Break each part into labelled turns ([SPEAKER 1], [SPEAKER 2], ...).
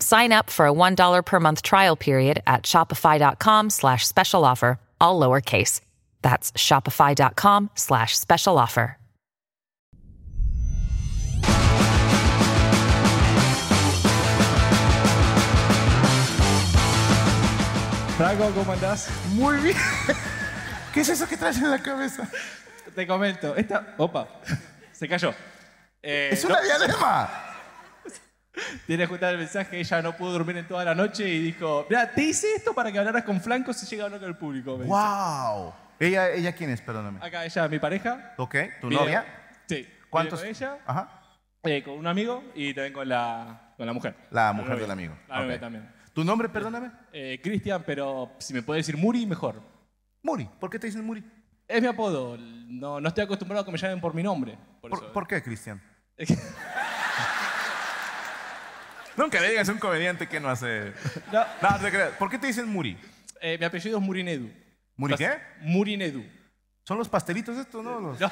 [SPEAKER 1] Sign up for a $1 per month trial period at Shopify.com slash special offer, all lowercase. That's Shopify.com slash special offer.
[SPEAKER 2] Franco, ¿cómo andás?
[SPEAKER 3] Muy bien. ¿Qué es eso que traes en la cabeza?
[SPEAKER 2] Te comento. Esta. Opa. Se cayó. Eh,
[SPEAKER 3] ¡Es
[SPEAKER 2] no-
[SPEAKER 3] una diadema!
[SPEAKER 2] Tiene juntar el mensaje, ella no pudo dormir en toda la noche y dijo, mira, te hice esto para que hablaras con Flanco si llega a hablar con el público. me dice.
[SPEAKER 3] ¡Wow! ¿Ella, ¿Ella quién es? Perdóname.
[SPEAKER 2] Acá ella, mi pareja.
[SPEAKER 3] ¿Ok? ¿Tu
[SPEAKER 2] vive-
[SPEAKER 3] novia?
[SPEAKER 2] Sí. vive
[SPEAKER 3] ¿Cuántos?
[SPEAKER 2] Con ella,
[SPEAKER 3] Ajá.
[SPEAKER 2] eh, con un amigo y también con la, con la mujer.
[SPEAKER 3] La mujer
[SPEAKER 2] novia.
[SPEAKER 3] del amigo.
[SPEAKER 2] La novia
[SPEAKER 3] Ok.
[SPEAKER 2] también.
[SPEAKER 3] ¿Tu nombre, perdóname?
[SPEAKER 2] Eh, Cristian, pero si me puede decir Muri, mejor.
[SPEAKER 3] Muri. ¿Por qué te dicen Muri?
[SPEAKER 2] Es mi apodo. No, no estoy acostumbrado a que me llamen por mi nombre. Por,
[SPEAKER 3] ¿Por,
[SPEAKER 2] eso. eh.
[SPEAKER 3] por qué, Cristian? Nunca le digas a un comediante que no hace...
[SPEAKER 2] No,
[SPEAKER 3] No, no te creas. ¿Por qué te dicen Muri?
[SPEAKER 2] eh, mi apellido es Murinedu.
[SPEAKER 3] ¿Muri qué?
[SPEAKER 2] Murinedu.
[SPEAKER 3] Son los pastelitos estos, ¿no? Los,
[SPEAKER 2] No,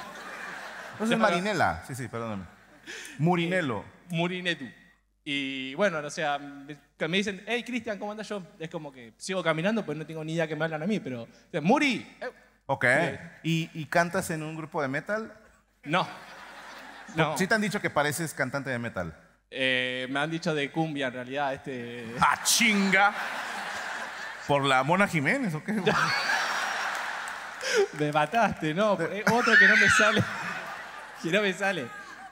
[SPEAKER 3] no es marinela. Sí, sí, perdóname. Murinelo.
[SPEAKER 2] Murinedu. Y bueno, o sea, me que me dicen, hey Cristian, ¿cómo andas yo? Es como que sigo caminando, pues no tengo ni idea que me hablan a mí, pero. o sea, ¡Muri! eh,
[SPEAKER 3] Ok. ¿Y, y cantas en un grupo de metal?
[SPEAKER 2] No. No.
[SPEAKER 3] Sí te han dicho que pareces cantante de metal.
[SPEAKER 2] Eh, me han dicho de cumbia en realidad, este.
[SPEAKER 3] ¡Ah, chinga! ¿Por la Mona Jiménez o qué?
[SPEAKER 2] Me mataste, ¿no? Eh, Otro que no me sale. Que no me sale.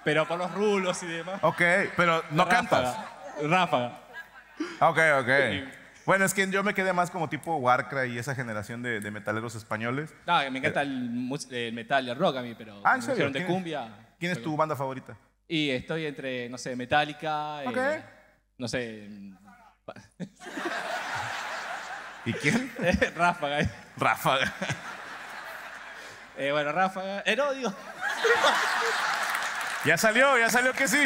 [SPEAKER 2] Pero por los rulos y demás.
[SPEAKER 3] ok, pero no cantas.
[SPEAKER 2] Ráfaga. Ráfaga.
[SPEAKER 3] Ok, ok. Bueno, es que yo me quedé más como tipo Warcra y esa generación de, de metaleros españoles.
[SPEAKER 2] No, que me encanta el, mus- el metal y el rock a mí, pero.
[SPEAKER 3] Ah, ¿en
[SPEAKER 2] me
[SPEAKER 3] serio?
[SPEAKER 2] dijeron de
[SPEAKER 3] ¿Quién-
[SPEAKER 2] cumbia.
[SPEAKER 3] ¿Quién es
[SPEAKER 2] fue
[SPEAKER 3] tu banda favorita?
[SPEAKER 2] Y estoy entre, no sé, Metallica.
[SPEAKER 3] Ok.
[SPEAKER 2] eh, no sé. mm,
[SPEAKER 3] ¿Y quién?
[SPEAKER 2] Ráfaga. eh.
[SPEAKER 3] Ráfaga.
[SPEAKER 2] Eh, bueno, Ráfaga. Eh, no, digo.
[SPEAKER 3] Ya salió, ya salió que sí.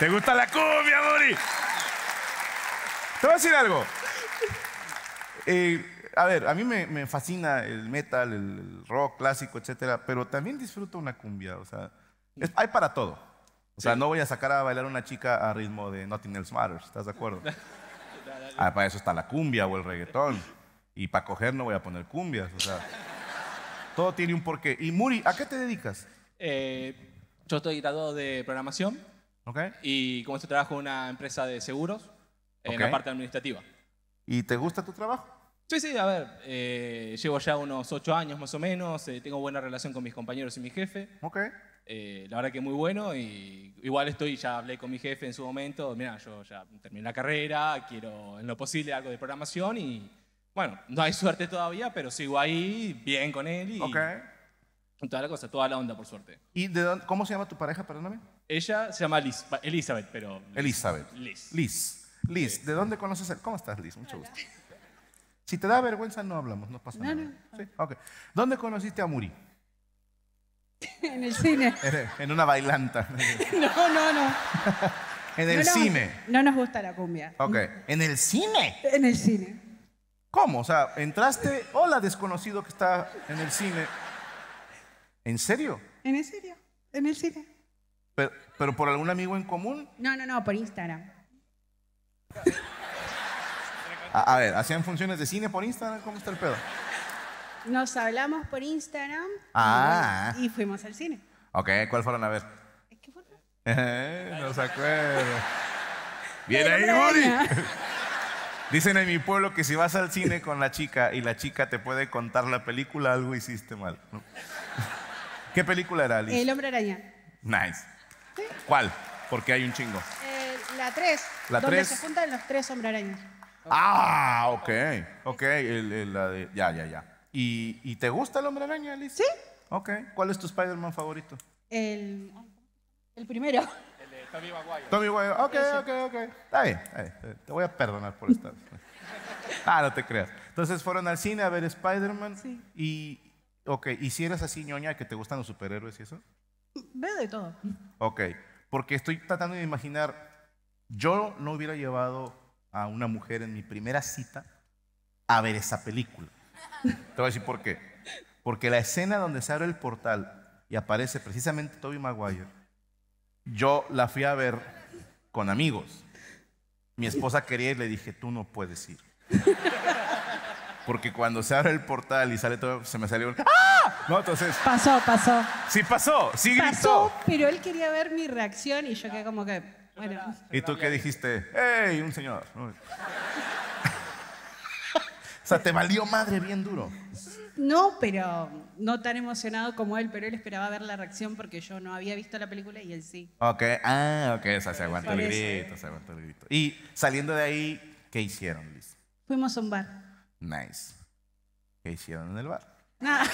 [SPEAKER 3] ¿Te gusta la cumbia, Mori? Te voy a decir algo. Eh, a ver, a mí me, me fascina el metal, el, el rock clásico, etcétera, pero también disfruto una cumbia. O sea, es- hay para todo. O sea,
[SPEAKER 2] Sí.
[SPEAKER 3] no voy a sacar a bailar a una chica a ritmo de Nothing Else Matters, ¿estás de acuerdo? Ah, para eso está la cumbia o el reggaetón. Y para coger no voy a poner cumbias. O sea, todo tiene un porqué. Y Muri, ¿a qué te dedicas?
[SPEAKER 2] Eh, yo estoy graduado de programación
[SPEAKER 3] ¿Ok?
[SPEAKER 2] y como esto trabajo en una empresa de seguros en la
[SPEAKER 3] Ok.
[SPEAKER 2] parte administrativa.
[SPEAKER 3] ¿Y te gusta tu trabajo?
[SPEAKER 2] Sí, sí, a ver, eh, llevo ya unos ocho años más o menos, eh, tengo buena relación con mis compañeros y mi jefe,
[SPEAKER 3] Ok.
[SPEAKER 2] eh, la verdad que muy bueno y igual estoy, ya hablé con mi jefe en su momento, mira, yo ya terminé la carrera, quiero en lo posible algo de programación y bueno, no hay suerte todavía, pero sigo ahí bien con él y
[SPEAKER 3] Ok.
[SPEAKER 2] con toda la cosa, toda la onda por suerte.
[SPEAKER 3] ¿Y de dónde- cómo se llama tu pareja, perdóname?
[SPEAKER 2] Ella se llama Liz, va, Elizabeth, pero...
[SPEAKER 3] Elizabeth.
[SPEAKER 2] Liz.
[SPEAKER 3] Liz. Liz, ¿de dónde conoces el? ¿Cómo estás, Liz? Mucho gusto. Si te da vergüenza, no hablamos, no pasa nada. Sí, ok. ¿Dónde conociste a Muri?
[SPEAKER 4] En el cine.
[SPEAKER 3] En- En una bailanta.
[SPEAKER 4] No, no, no.
[SPEAKER 3] En el
[SPEAKER 4] No nos-
[SPEAKER 3] cine.
[SPEAKER 4] No nos gusta la cumbia.
[SPEAKER 3] Ok. ¿En el cine?
[SPEAKER 4] En el cine.
[SPEAKER 3] ¿Cómo? O sea, entraste, hola desconocido que está en el cine. ¿En serio?
[SPEAKER 4] ¿En el serio? En el cine.
[SPEAKER 3] Pero, pero por algún amigo en común.
[SPEAKER 4] No, no, no, por Instagram.
[SPEAKER 3] A, a ver, ¿hacían funciones de cine por Instagram? ¿Cómo está el pedo?
[SPEAKER 4] Nos hablamos por Instagram. y
[SPEAKER 3] Ah.
[SPEAKER 4] bueno, Y, fuimos al cine.
[SPEAKER 3] Ok, ¿cuál fueron a ver?
[SPEAKER 4] Es que fue-
[SPEAKER 3] Eh, no se acuerda. Bien ahí,
[SPEAKER 4] Pero, Mariana.
[SPEAKER 3] Guri. Dicen en mi pueblo que si vas al cine con la chica y la chica te puede contar la película, algo hiciste mal. ¿no? ¿Qué película era, Alice?
[SPEAKER 4] El hombre araña.
[SPEAKER 3] Nice. ¿Cuál? Porque hay un chingo.
[SPEAKER 4] Eh, la 3.
[SPEAKER 3] La
[SPEAKER 4] donde
[SPEAKER 3] tres.
[SPEAKER 4] se juntan los tres hombre arañas.
[SPEAKER 3] Ah, ok. Ok, el- el- la de- ya, ya, ya. ¿Y, y te gusta el hombre araña, Alice?
[SPEAKER 4] Sí.
[SPEAKER 3] Ok. ¿Cuál es tu Spider-Man favorito?
[SPEAKER 4] El, el primero.
[SPEAKER 3] Tommy Wiseau. Ok, ok, ok. Está bien, está bien, está bien. Te voy a perdonar por estar. ah, no te creas. Entonces fueron al cine a ver Spider-Man.
[SPEAKER 4] Sí.
[SPEAKER 3] Y, ok, ¿y si eres así ñoña que te gustan los superhéroes y eso?
[SPEAKER 4] Veo de todo.
[SPEAKER 3] Ok, porque estoy tratando de imaginar, yo no hubiera llevado a una mujer en mi primera cita a ver esa película. Te voy a decir por qué. Porque la escena donde se abre el portal y aparece precisamente Toby Maguire, yo la fui a ver con amigos. Mi esposa quería y le dije, tú no puedes ir. Porque cuando se abre el portal y sale todo, se me salió el... ¡Ah! No, entonces,
[SPEAKER 4] Pasó, pasó.
[SPEAKER 3] sí pasó, sí gritó.
[SPEAKER 4] Pasó, pero él quería ver mi reacción y yo quedé como que. Bueno,
[SPEAKER 3] ¿Y tú qué dijiste? ¡Ey, un señor! ¿no? o sea, te valió madre bien duro.
[SPEAKER 4] no, pero no tan emocionado como él, pero él esperaba ver la reacción porque yo no había visto la película y él sí.
[SPEAKER 3] Ok, ah, ok, o sea, se aguantó el
[SPEAKER 4] Parece.
[SPEAKER 3] grito, se aguantó el grito. Y saliendo de ahí, ¿qué hicieron, Liz?
[SPEAKER 4] Fuimos a un bar.
[SPEAKER 3] Nice. ¿Qué hicieron en el bar?
[SPEAKER 4] Nada.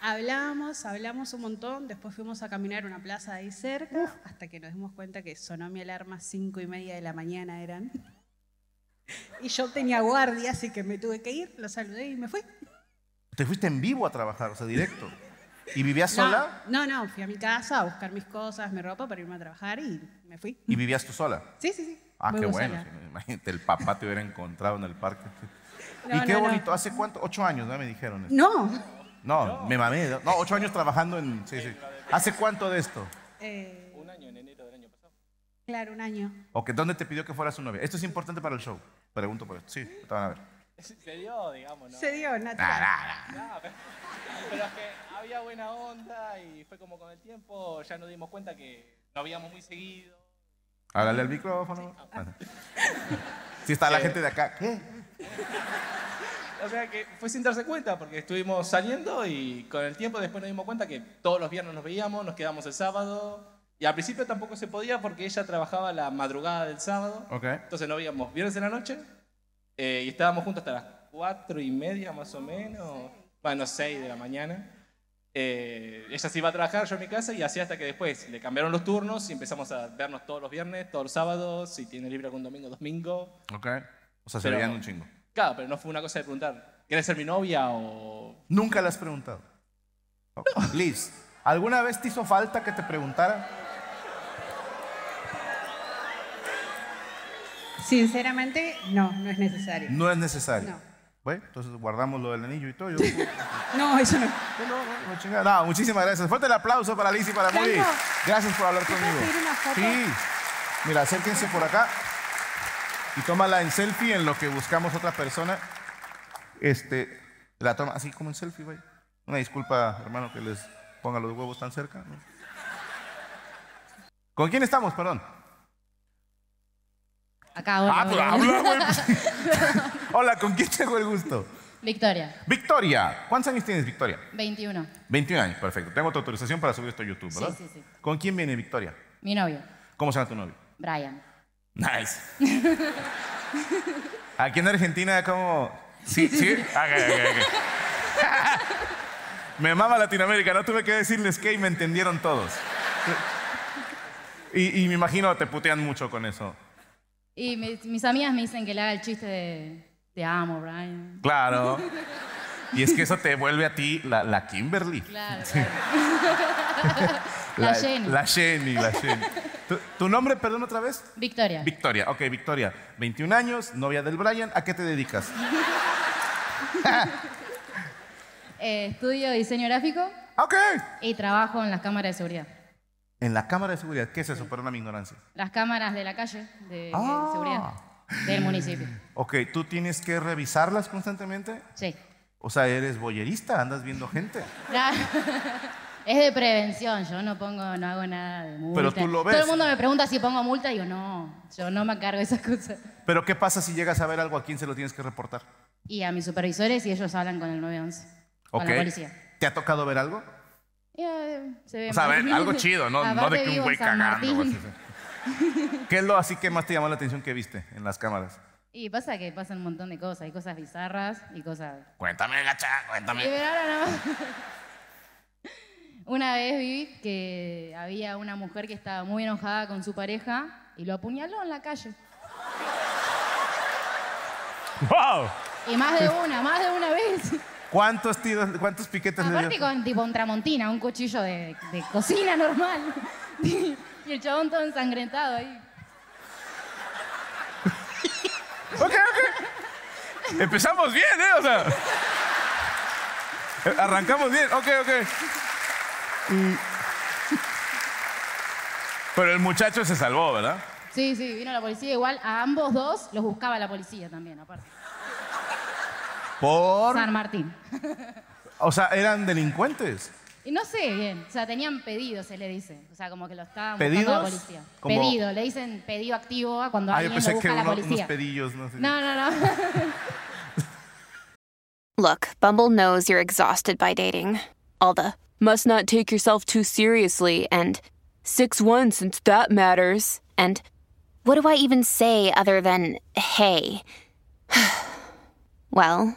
[SPEAKER 4] Hablamos, hablamos un montón, después fuimos a caminar una plaza de ahí cerca hasta que nos dimos cuenta que sonó mi alarma cinco y media de la mañana eran. Y yo tenía guardia, así que me tuve que ir, lo saludé y me fui.
[SPEAKER 3] Te fuiste en vivo a trabajar, o sea, directo. ¿Y vivías sola?
[SPEAKER 4] No, no, no, fui a mi casa a buscar mis cosas, mi ropa para irme a trabajar y me fui.
[SPEAKER 3] ¿Y vivías tú sola?
[SPEAKER 4] Sí, sí, sí.
[SPEAKER 3] Ah,
[SPEAKER 4] Muy
[SPEAKER 3] qué
[SPEAKER 4] gozada.
[SPEAKER 3] bueno. sí, Imagínate, el papá te hubiera encontrado en el parque.
[SPEAKER 4] No,
[SPEAKER 3] y qué
[SPEAKER 4] no, no.
[SPEAKER 3] bonito. ¿Hace cuánto? Ocho años, ¿no? Me dijeron. eso.
[SPEAKER 4] No.
[SPEAKER 3] No, me mamé. No, ocho años trabajando en... Sí, sí. ¿Hace cuánto de esto?
[SPEAKER 4] un año, en enero del año pasado. Eh, Claro, un año.
[SPEAKER 3] Ok, ¿dónde te pidió que fuera su novia? Esto es importante para el show. Pregunto por esto. Sí, te van a ver.
[SPEAKER 2] Se dio, digamos, ¿no?
[SPEAKER 4] Se dio, natural.
[SPEAKER 3] Ah, nah, nah.
[SPEAKER 2] Ah, pero, pero es que había buena onda y fue como con el tiempo ya nos dimos cuenta que no habíamos muy seguido.
[SPEAKER 3] Háblale al micrófono. Si está la gente de acá. ¿Qué?
[SPEAKER 2] O sea que fue sin darse cuenta porque estuvimos saliendo y con el tiempo después nos dimos cuenta que todos los viernes nos veíamos, nos quedamos el sábado. Y al principio tampoco se podía porque ella trabajaba la madrugada del sábado.
[SPEAKER 3] Ok.
[SPEAKER 2] Entonces nos veíamos viernes en la noche eh, y estábamos juntos hasta las cuatro y media más o menos. Bueno, seis de la mañana. Eh, ella se iba a trabajar, yo en mi casa, y así hasta que después le cambiaron los turnos y empezamos a vernos todos los viernes, todos los sábados, si tiene libre algún domingo, domingo.
[SPEAKER 3] Ok. O sea, se
[SPEAKER 2] Pero-
[SPEAKER 3] veían un chingo.
[SPEAKER 2] Claro, pero no fue una cosa de preguntar, ¿quieres ser mi novia o...?
[SPEAKER 3] Nunca le has preguntado. Ok. Liz, ¿alguna vez te hizo falta que te preguntara?
[SPEAKER 4] Sinceramente, no, no es necesario.
[SPEAKER 3] No es necesario.
[SPEAKER 4] No.
[SPEAKER 3] Bueno, entonces guardamos lo del anillo y todo. Yo-
[SPEAKER 4] No, eso no.
[SPEAKER 3] No, no, no, no, chingada. No, muchísimas gracias. Fuerte el aplauso para Liz y para
[SPEAKER 4] Franco,
[SPEAKER 3] Muri. Gracias por hablar
[SPEAKER 4] ¿te puedo
[SPEAKER 3] conmigo.
[SPEAKER 4] pedir una foto?
[SPEAKER 3] Sí. Mira, acérquense por acá y tómala en selfie en lo que buscamos otra persona. Este, la toma así como en selfie, güey. Una disculpa, hermano, que les ponga los huevos tan cerca. ¿no? ¿Con quién estamos, perdón?
[SPEAKER 5] Acá,
[SPEAKER 3] Ah,
[SPEAKER 5] bueno,
[SPEAKER 3] pues
[SPEAKER 5] bueno.
[SPEAKER 3] habla, güey. Hola, ¿con quién tengo el gusto?
[SPEAKER 5] Victoria,
[SPEAKER 3] Victoria. ¿Cuántos años tienes, Victoria?
[SPEAKER 5] 21.
[SPEAKER 3] 21 años, perfecto. Tengo tu autorización para subir esto a YouTube,
[SPEAKER 5] Sí,
[SPEAKER 3] ¿verdad?
[SPEAKER 5] sí, sí.
[SPEAKER 3] ¿Con quién viene Victoria?
[SPEAKER 5] Mi novio,
[SPEAKER 3] ¿Cómo se llama tu novio?
[SPEAKER 5] Brian.
[SPEAKER 3] Nice. Aquí en Argentina, como. Sí, sí. Ok, ok, ok. me mama Latinoamérica, no tuve que decirles qué y me entendieron todos. Y, y me imagino te putean mucho con eso.
[SPEAKER 5] Y mis, mis amigas me dicen que le haga el chiste de te amo, Brian.
[SPEAKER 3] Claro. Y es que eso te vuelve a ti la, la Kimberly.
[SPEAKER 5] Claro, claro. La Jenny.
[SPEAKER 3] La Jenny, la Jenny. ¿Tu, tu nombre, perdón, otra vez?
[SPEAKER 5] Victoria,
[SPEAKER 3] Victoria, ok, Victoria. 21 años, novia del Brian, ¿a qué te dedicas?
[SPEAKER 5] eh, estudio diseño gráfico
[SPEAKER 3] Ok,
[SPEAKER 5] y trabajo en las cámaras de seguridad.
[SPEAKER 3] En la cámara de seguridad. ¿Qué es eso? Perdona mi ignorancia.
[SPEAKER 5] Las cámaras de la calle de
[SPEAKER 3] Ah.
[SPEAKER 5] seguridad del municipio.
[SPEAKER 3] Ok, ¿tú tienes que revisarlas constantemente?
[SPEAKER 5] Sí.
[SPEAKER 3] O sea, eres boyerista, andas viendo gente.
[SPEAKER 5] La- es de prevención, yo no pongo, no hago nada de multa.
[SPEAKER 3] Pero tú lo ves.
[SPEAKER 5] Todo el mundo me pregunta si pongo multa y digo, no, yo no me encargo de esas cosas.
[SPEAKER 3] Pero ¿qué pasa si llegas a ver algo? ¿A quién se lo tienes que reportar?
[SPEAKER 5] Y a mis supervisores y ellos hablan con el 911, con la policía.
[SPEAKER 3] ¿Te ha tocado ver algo?
[SPEAKER 5] Y, eh, se ve
[SPEAKER 3] O sea, a
[SPEAKER 5] mal.
[SPEAKER 3] ver, algo chido, no, no
[SPEAKER 5] Aparte
[SPEAKER 3] de que un
[SPEAKER 5] vivo
[SPEAKER 3] güey
[SPEAKER 5] en San
[SPEAKER 3] cagando. o
[SPEAKER 5] Martín.
[SPEAKER 3] así, sí. ¿Qué es lo así que más te llamó la atención que viste en las cámaras?
[SPEAKER 5] Y pasa que pasan un montón de cosas, hay cosas bizarras y cosas...
[SPEAKER 3] Cuéntame, gacha,
[SPEAKER 5] Y
[SPEAKER 3] cuéntame.
[SPEAKER 5] pero ahora no. Una vez vi que había una mujer que estaba muy enojada con su pareja y lo apuñaló en la calle.
[SPEAKER 3] ¡Wow!
[SPEAKER 5] Y más de una, más de una vez.
[SPEAKER 3] ¿Cuántos tiros, cuántos piquetes le
[SPEAKER 5] Aparte
[SPEAKER 3] dio?
[SPEAKER 5] con tipo un tramontina, un cuchillo de, de cocina normal. Y el chabón todo ensangrentado ahí.
[SPEAKER 3] Ok, ok. Empezamos bien, ¿eh? O sea. eh, Arrancamos bien, ok, ok. Y- Pero el muchacho se salvó, ¿verdad?
[SPEAKER 5] Sí, sí, vino la policía igual. A ambos dos los buscaba la policía también, aparte.
[SPEAKER 3] Por.
[SPEAKER 5] San Martín.
[SPEAKER 3] O sea, eran delincuentes.
[SPEAKER 5] Y no sé bien, o sea, tenían pedido, se le dice. O sea, como que lo estaban buscando
[SPEAKER 3] ¿Pedidos?
[SPEAKER 5] la policía.
[SPEAKER 3] Como-
[SPEAKER 5] Pedido, le dicen pedido activo a cuando
[SPEAKER 3] Ah,
[SPEAKER 5] alguien
[SPEAKER 3] yo
[SPEAKER 5] lo
[SPEAKER 3] pensé que
[SPEAKER 5] busca la
[SPEAKER 3] uno- unos
[SPEAKER 5] policía.
[SPEAKER 3] pedillos, no sé.
[SPEAKER 5] no, no, no.
[SPEAKER 6] Look, Bumble knows you're exhausted by dating. All the must not take yourself too seriously and 6 1 since that matters. And what do I even say other than hey? well,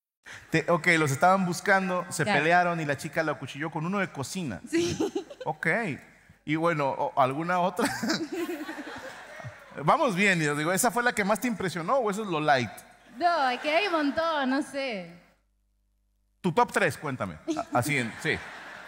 [SPEAKER 3] Te- ok, los estaban buscando, se
[SPEAKER 5] Claro.
[SPEAKER 3] pelearon y la chica lo acuchilló con uno de cocina. Sí. Ok. Y bueno, o- ¿alguna otra? Vamos bien, yo digo, ¿esa fue la que más te impresionó o eso es lo light?
[SPEAKER 5] No, es que hay un montón, no sé.
[SPEAKER 3] Tu top 3, cuéntame. A- Así en, sí.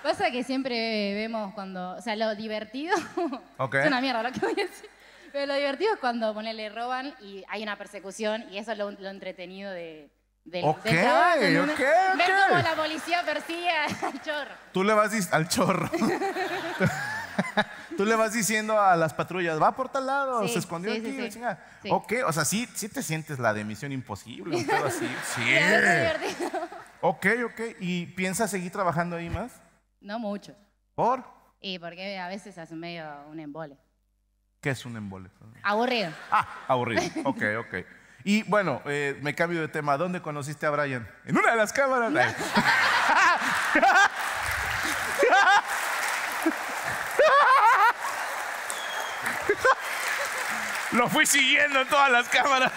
[SPEAKER 5] Pasa que siempre vemos cuando, o sea, lo divertido,
[SPEAKER 3] Ok.
[SPEAKER 5] es una mierda lo que voy a decir, pero lo divertido es cuando ponele roban y hay una persecución y eso es lo, lo entretenido de, del,
[SPEAKER 3] Ok,
[SPEAKER 5] del trabajo. ¿entendés?
[SPEAKER 3] ok,
[SPEAKER 5] Ver
[SPEAKER 3] ok.
[SPEAKER 5] cómo la policía persigue al chorro.
[SPEAKER 3] Tú le vas dis- al chorro. Tú le vas diciendo a las patrullas, va por tal lado,
[SPEAKER 5] Sí,
[SPEAKER 3] Oh, se escondió
[SPEAKER 5] sí,
[SPEAKER 3] aquí,
[SPEAKER 5] sí,
[SPEAKER 3] la
[SPEAKER 5] sí.
[SPEAKER 3] chingada".
[SPEAKER 5] Sí.
[SPEAKER 3] Ok, o sea, sí, sí te sientes la de Misión Imposible, un pedo así. Sí.
[SPEAKER 5] Es divertido.
[SPEAKER 3] Ok, ok. ¿Y piensas seguir trabajando ahí más?
[SPEAKER 5] No mucho.
[SPEAKER 3] ¿Por?
[SPEAKER 5] Y porque a veces hace medio un embole.
[SPEAKER 3] ¿Qué es un embole?
[SPEAKER 5] Aburrido.
[SPEAKER 3] Ah, aburrido. Ok, ok. Y bueno, eh, me cambio de tema. ¿Dónde conociste a Brian? En una de las cámaras. Lo fui siguiendo en todas las cámaras.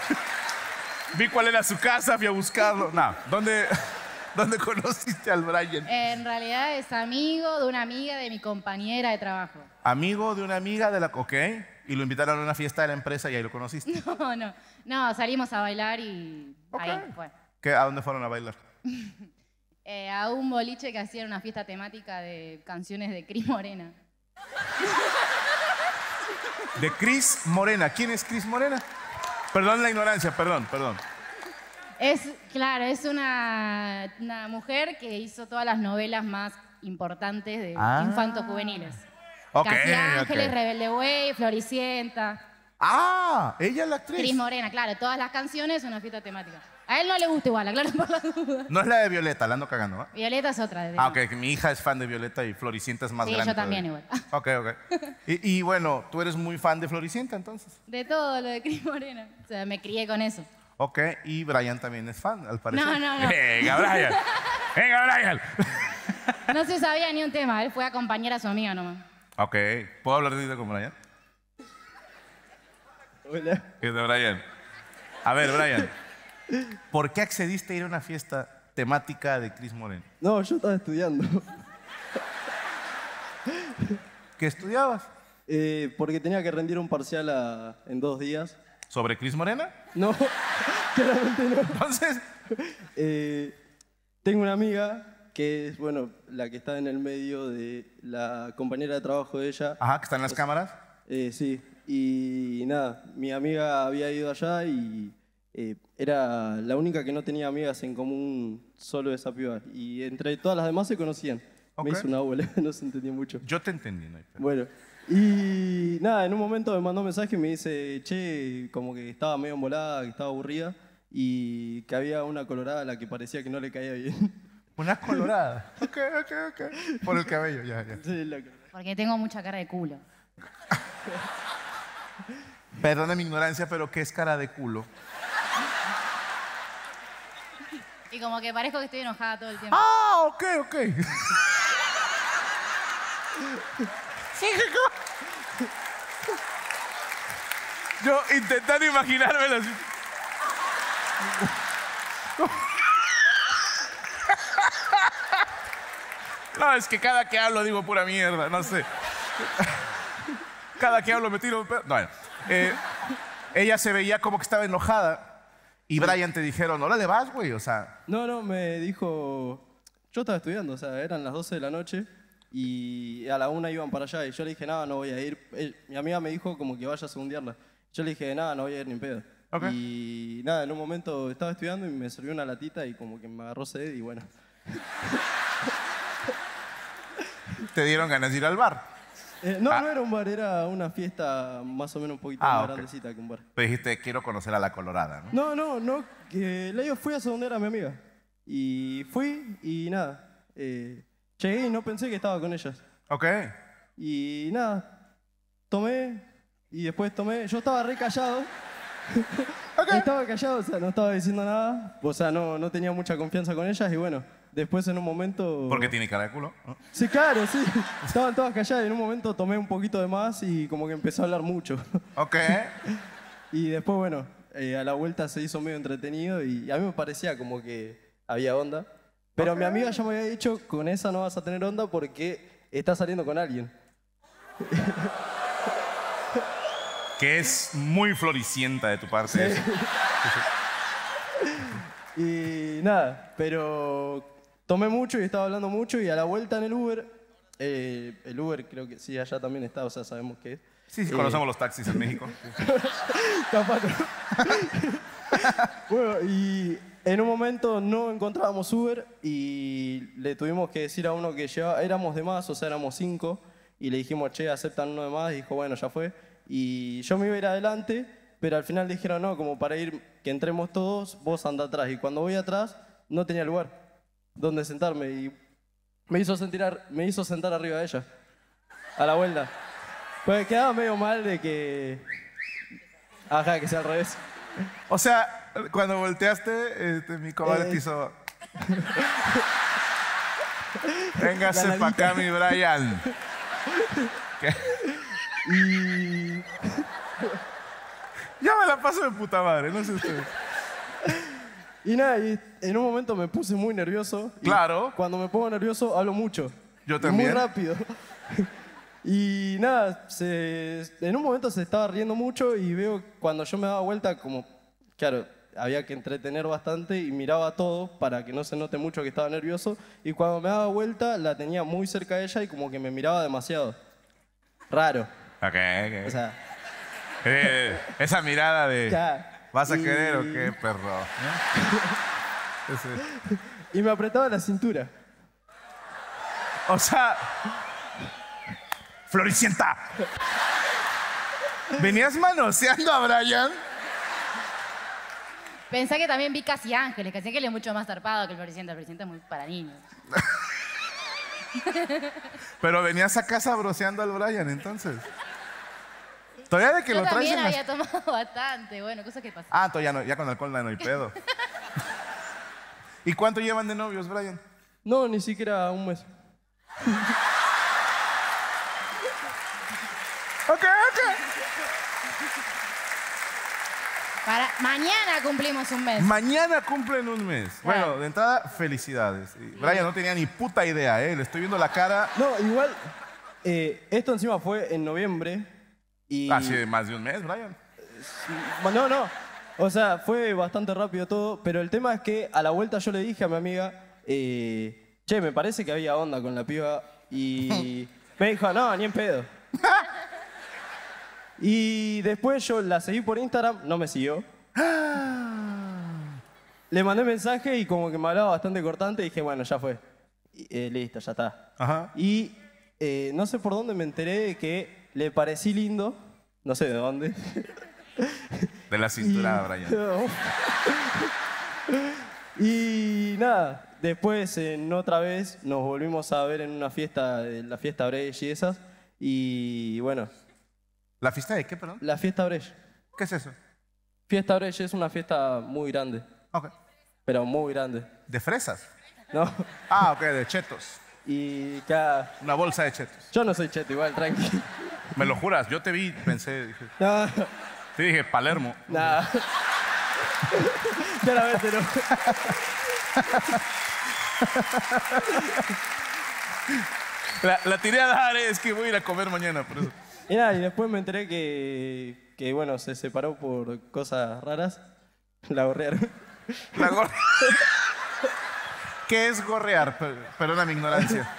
[SPEAKER 3] Vi cuál era su casa, fui a buscarlo. No, ¿dónde, dónde conociste al Brian?
[SPEAKER 5] En realidad es amigo de una amiga de mi compañera de trabajo.
[SPEAKER 3] Amigo de una amiga de la... Ok. Y lo invitaron a una fiesta de la empresa y ahí lo conociste.
[SPEAKER 5] No, no. No, salimos a bailar y ahí fue.
[SPEAKER 3] ¿Qué? ¿A dónde fueron a bailar?
[SPEAKER 5] Eh, a un boliche que hacían una fiesta temática de canciones de Cris Morena.
[SPEAKER 3] De Cris Morena. ¿Quién es Cris Morena? Perdón la ignorancia, perdón, perdón.
[SPEAKER 5] Es, claro, es una, una mujer que hizo todas las novelas más importantes de
[SPEAKER 3] Ah.
[SPEAKER 5] infantos juveniles.
[SPEAKER 3] Ok,
[SPEAKER 5] Casi Ángeles,
[SPEAKER 3] ok.
[SPEAKER 5] Rebelde Way, Floricienta,
[SPEAKER 3] Ah, ella es la actriz.
[SPEAKER 5] Cris Morena, claro, todas las canciones una fiesta temática. A él no le gusta igual, aclaro por la duda.
[SPEAKER 3] No es la de Violeta, la ando cagando, ¿va?
[SPEAKER 5] Violeta es otra. de-
[SPEAKER 3] Ah, ok, que mi hija es fan de Violeta y Floricienta es más
[SPEAKER 5] Sí, yo
[SPEAKER 3] grande.
[SPEAKER 5] también
[SPEAKER 3] igual. Ok, ok. Y, y bueno, tú eres muy fan de Floricienta entonces.
[SPEAKER 5] De todo lo de Cris Morena. O sea, me crié con eso.
[SPEAKER 3] Ok, y Brian también es fan, al parecer.
[SPEAKER 5] No, no, no.
[SPEAKER 3] Venga, Brian. Venga, Brian.
[SPEAKER 5] No se sabía ni un tema, él fue a acompañar a su amiga nomás.
[SPEAKER 3] Ok, ¿puedo hablar de esto con Brian?
[SPEAKER 7] Hola.
[SPEAKER 3] Es de Brian. A ver, Brian. ¿Por qué accediste a ir a una fiesta temática de Cris Moreno?
[SPEAKER 7] No, yo estaba estudiando.
[SPEAKER 3] ¿Qué estudiabas?
[SPEAKER 7] Eh, porque tenía que rendir un parcial a- en dos días.
[SPEAKER 3] ¿Sobre Cris Morena?
[SPEAKER 7] No, claramente no.
[SPEAKER 3] Entonces,
[SPEAKER 7] Eh, tengo una amiga que es, bueno, la que está en el medio de la compañera de trabajo de ella.
[SPEAKER 3] ajá, que están las cámaras.
[SPEAKER 7] Eh, sí, y nada, mi amiga había ido allá y eh, era la única que no tenía amigas en común, solo esa piba. Y entre todas las demás se conocían.
[SPEAKER 3] Ok.
[SPEAKER 7] Me hizo una abuela, no se entendía mucho.
[SPEAKER 3] Yo te entendí, no hay pedo.
[SPEAKER 7] Bueno, y nada, en un momento me mandó un mensaje y me dice, che, como que estaba medio embolada, que estaba aburrida y que había una colorada a la que parecía que no le caía bien.
[SPEAKER 3] Una colorada. ok, ok, ok. Por el cabello, ya, ya.
[SPEAKER 7] Sí, la colorada.
[SPEAKER 5] Porque tengo mucha cara de culo.
[SPEAKER 3] Perdona mi ignorancia, pero ¿qué es cara de culo?
[SPEAKER 5] Y como que parezco que estoy enojada todo el tiempo.
[SPEAKER 3] Ah, ok, ok. Yo intentando imaginármelo así. No, es que cada que hablo digo pura mierda, no sé. Cada que hablo me tiro un pedo. No, bueno. Eh, ella se veía como que estaba enojada y Brian te dijeron, no la le vas, güey, o sea,
[SPEAKER 7] No, no, me dijo, yo estaba estudiando, o sea, eran las 12 de la noche y a la una iban para allá y yo le dije, nada, no voy a ir. Eh, mi amiga me dijo como que vaya a segundearla. Yo le dije, nada, no voy a ir ni en pedo.
[SPEAKER 3] Ok.
[SPEAKER 7] Y nada, en un momento estaba estudiando y me sirvió una latita y como que me agarró sed y bueno.
[SPEAKER 3] te dieron ganas de ir al bar.
[SPEAKER 7] Eh, no,
[SPEAKER 3] Ah.
[SPEAKER 7] no era un bar, era una fiesta más o menos un poquito
[SPEAKER 3] Ah,
[SPEAKER 7] más
[SPEAKER 3] ok.
[SPEAKER 7] grandecita que un bar.
[SPEAKER 3] Pero dijiste, quiero conocer a la colorada, ¿no?
[SPEAKER 7] No, no, no, que le digo, fui a donde era mi amiga. Y fui y nada, eh, llegué y no pensé que estaba con ellas.
[SPEAKER 3] Ok.
[SPEAKER 7] Y nada, tomé y después tomé, yo estaba re callado. Estaba callado, o sea, no estaba diciendo nada. O sea, no, no tenía mucha confianza con ellas y bueno, después en un momento...
[SPEAKER 3] Porque tiene cara de culo. ¿no?
[SPEAKER 7] Sí, claro, sí. Estaban todas calladas y en un momento tomé un poquito de más y como que empecé a hablar mucho.
[SPEAKER 3] Ok.
[SPEAKER 7] Y después, bueno, eh, a la vuelta se hizo medio entretenido y a mí me parecía como que había onda. Pero mi amiga ya me había dicho, con esa no vas a tener onda porque estás saliendo con alguien.
[SPEAKER 3] que es muy floricienta de tu parte.
[SPEAKER 7] Y nada, pero tomé mucho y estaba hablando mucho y a la vuelta en el Uber, eh, el Uber creo que sí, allá también está, o sea, sabemos que es.
[SPEAKER 3] Sí, sí,
[SPEAKER 7] Eh,
[SPEAKER 3] conocemos los taxis en México.
[SPEAKER 7] Capaz no. bueno, y en un momento no encontrábamos Uber y le tuvimos que decir a uno que llevaba, éramos de más, o sea, éramos cinco, y le dijimos, che, aceptan uno de más, y dijo, bueno, ya fue. Y yo me iba a ir adelante, pero al final dijeron, no, como para ir, que entremos todos, vos anda atrás. Y cuando voy atrás, no tenía lugar donde sentarme y me hizo, sentir ar- me hizo sentar arriba de ella, a la vuelta. Pues quedaba medio mal de que... Ajá, que sea al revés.
[SPEAKER 3] O sea, cuando volteaste, este, mi comadre
[SPEAKER 7] Eh.
[SPEAKER 3] te hizo. Véngase
[SPEAKER 7] La
[SPEAKER 3] para
[SPEAKER 7] ladita.
[SPEAKER 3] acá, mi Brian.
[SPEAKER 7] Y
[SPEAKER 3] Ya me la paso de puta madre, no sé usted.
[SPEAKER 7] Y nada, y en un momento me puse muy nervioso. y
[SPEAKER 3] Claro.
[SPEAKER 7] Cuando me pongo nervioso, hablo mucho.
[SPEAKER 3] Yo
[SPEAKER 7] Y
[SPEAKER 3] también.
[SPEAKER 7] Muy rápido. y nada, se- en un momento se estaba riendo mucho y veo cuando yo me daba vuelta, como, claro, había que entretener bastante y miraba todo para que no se note mucho que estaba nervioso. Y cuando me daba vuelta, la tenía muy cerca de ella y como que me miraba demasiado. Raro.
[SPEAKER 3] Ok, ok.
[SPEAKER 7] O sea.
[SPEAKER 3] Eh, esa mirada de.
[SPEAKER 7] Ya.
[SPEAKER 3] ¿Vas a
[SPEAKER 7] Y-
[SPEAKER 3] querer o qué, perro? ¿Eh? Ese-
[SPEAKER 7] Y me apretaba la cintura.
[SPEAKER 3] O sea. Floricienta. ¿Venías manoseando a Brian?
[SPEAKER 5] Pensá que también vi Casi Ángeles. Casi Ángeles es mucho más zarpado que el Floricienta. El Floricienta es muy para niños.
[SPEAKER 3] Pero venías acá sabroseando al Brian, entonces. Todavía de que
[SPEAKER 5] Yo
[SPEAKER 3] lo traes
[SPEAKER 5] también
[SPEAKER 3] en
[SPEAKER 5] había
[SPEAKER 3] las...
[SPEAKER 5] tomado bastante. Bueno, cosas que pasan.
[SPEAKER 3] Ah, todavía no, ya con alcohol no hay pedo. ¿Y cuánto llevan de novios, Brian?
[SPEAKER 7] No, ni siquiera un mes.
[SPEAKER 3] Ok, ok.
[SPEAKER 5] Para, mañana cumplimos un mes.
[SPEAKER 3] Mañana cumplen un mes. Bueno, de entrada, felicidades. Y Brian no tenía ni puta idea, ¿eh? Le estoy viendo la cara.
[SPEAKER 7] No, igual, eh, esto encima fue en noviembre y...
[SPEAKER 3] Hace más Ah, de un mes, Brian.
[SPEAKER 7] No, no. O sea, fue bastante rápido todo, pero el tema es que a la vuelta yo le dije a mi amiga, eh, che, me parece que había onda con la piba y me dijo, no, ni en pedo. y después yo la seguí por Instagram, no me siguió. le mandé mensaje y como que me hablaba bastante cortante y dije, bueno, ya fue. Y, eh, listo, ya está.
[SPEAKER 3] Ajá.
[SPEAKER 7] Y eh, no sé por dónde me enteré de que le parecí lindo, no sé de dónde.
[SPEAKER 3] De la cintura, Brian.
[SPEAKER 7] y nada, después en otra vez nos volvimos a ver en una fiesta, eh, la fiesta Brecht y esas. Y bueno,
[SPEAKER 3] ¿La fiesta de qué, perdón?
[SPEAKER 7] la fiesta Brecht.
[SPEAKER 3] ¿Qué es eso?
[SPEAKER 7] Fiesta Brecht es una fiesta muy grande,
[SPEAKER 3] Ok.
[SPEAKER 7] pero muy grande.
[SPEAKER 3] ¿De fresas?
[SPEAKER 7] ¿No?
[SPEAKER 3] Ah, ok, de chetos.
[SPEAKER 7] Y claro,
[SPEAKER 3] Una bolsa de chetos.
[SPEAKER 7] yo no soy cheto igual, tranqui.
[SPEAKER 3] Me lo juras, yo te vi, pensé, dije,
[SPEAKER 7] No,
[SPEAKER 3] te dije, Palermo.
[SPEAKER 7] nada. Claramente no.
[SPEAKER 3] La, la tiré a dar, eh, es que voy a ir a comer mañana, por eso.
[SPEAKER 7] Y nada, y después me enteré que, que bueno, se separó por cosas raras. La borrearon.
[SPEAKER 3] La gor- ¿Qué es gorrear? Per- Perdona mi ignorancia.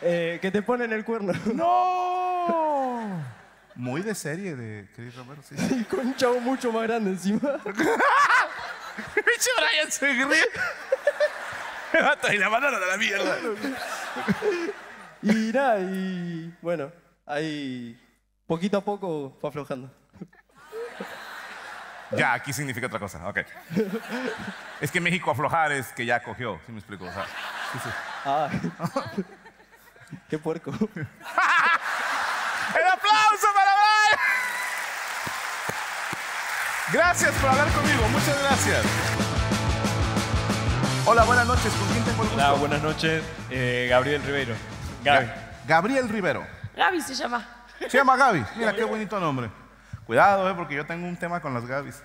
[SPEAKER 7] Eh, que te ponen el cuerno.
[SPEAKER 3] ¡No! Muy de serie de Chris Romero, sí.
[SPEAKER 7] Y con un chavo mucho más grande encima.
[SPEAKER 3] Pinche Brian se ríe. Levanta y la mandaron a la mierda.
[SPEAKER 7] Y nada, y bueno, ahí poquito a poco fue aflojando.
[SPEAKER 3] Ya, aquí significa otra cosa, ok. Es que México aflojar es que ya cogió, ¿sí me explico? O sea, sí, sí.
[SPEAKER 7] Ah, qué puerco.
[SPEAKER 3] ¡El aplauso para Brian! Gracias por hablar conmigo, muchas gracias. Hola, buenas noches, ¿con quién tengo el gusto?
[SPEAKER 8] Hola, buenas noches. Eh, Gabriel Ribeiro. Gaby.
[SPEAKER 3] Ga- Gabriel Rivero.
[SPEAKER 9] Gaby se llama.
[SPEAKER 3] Se llama Gaby. Mira qué bonito nombre. Cuidado, eh, porque yo tengo un tema con las Gabis.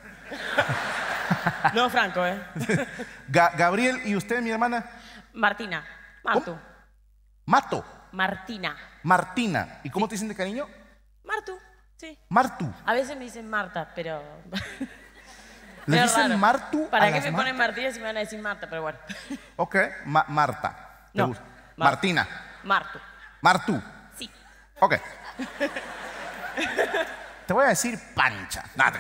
[SPEAKER 9] No, Franco, ¿eh?
[SPEAKER 3] Ga- Gabriel, ¿y usted, mi hermana?
[SPEAKER 9] Martina. Martu.
[SPEAKER 3] Mato.
[SPEAKER 9] Martina.
[SPEAKER 3] Martina. ¿Y cómo te dicen de cariño?
[SPEAKER 9] Martu, sí.
[SPEAKER 3] Martu.
[SPEAKER 9] A veces me dicen Marta, pero.
[SPEAKER 3] ¿Le
[SPEAKER 9] Es
[SPEAKER 3] dicen
[SPEAKER 9] raro.
[SPEAKER 3] Martu?
[SPEAKER 9] ¿Para
[SPEAKER 3] a
[SPEAKER 9] qué
[SPEAKER 3] las
[SPEAKER 9] me
[SPEAKER 3] Mar-
[SPEAKER 9] ponen Martina si me van a decir Marta? Pero bueno.
[SPEAKER 3] Ok, Ma- Marta. ¿Te
[SPEAKER 9] No,
[SPEAKER 3] gusta?
[SPEAKER 9] Mar-
[SPEAKER 3] Martina.
[SPEAKER 9] Martu.
[SPEAKER 3] Martu.
[SPEAKER 9] Sí.
[SPEAKER 3] Ok. te voy a decir pancha. Nah, te-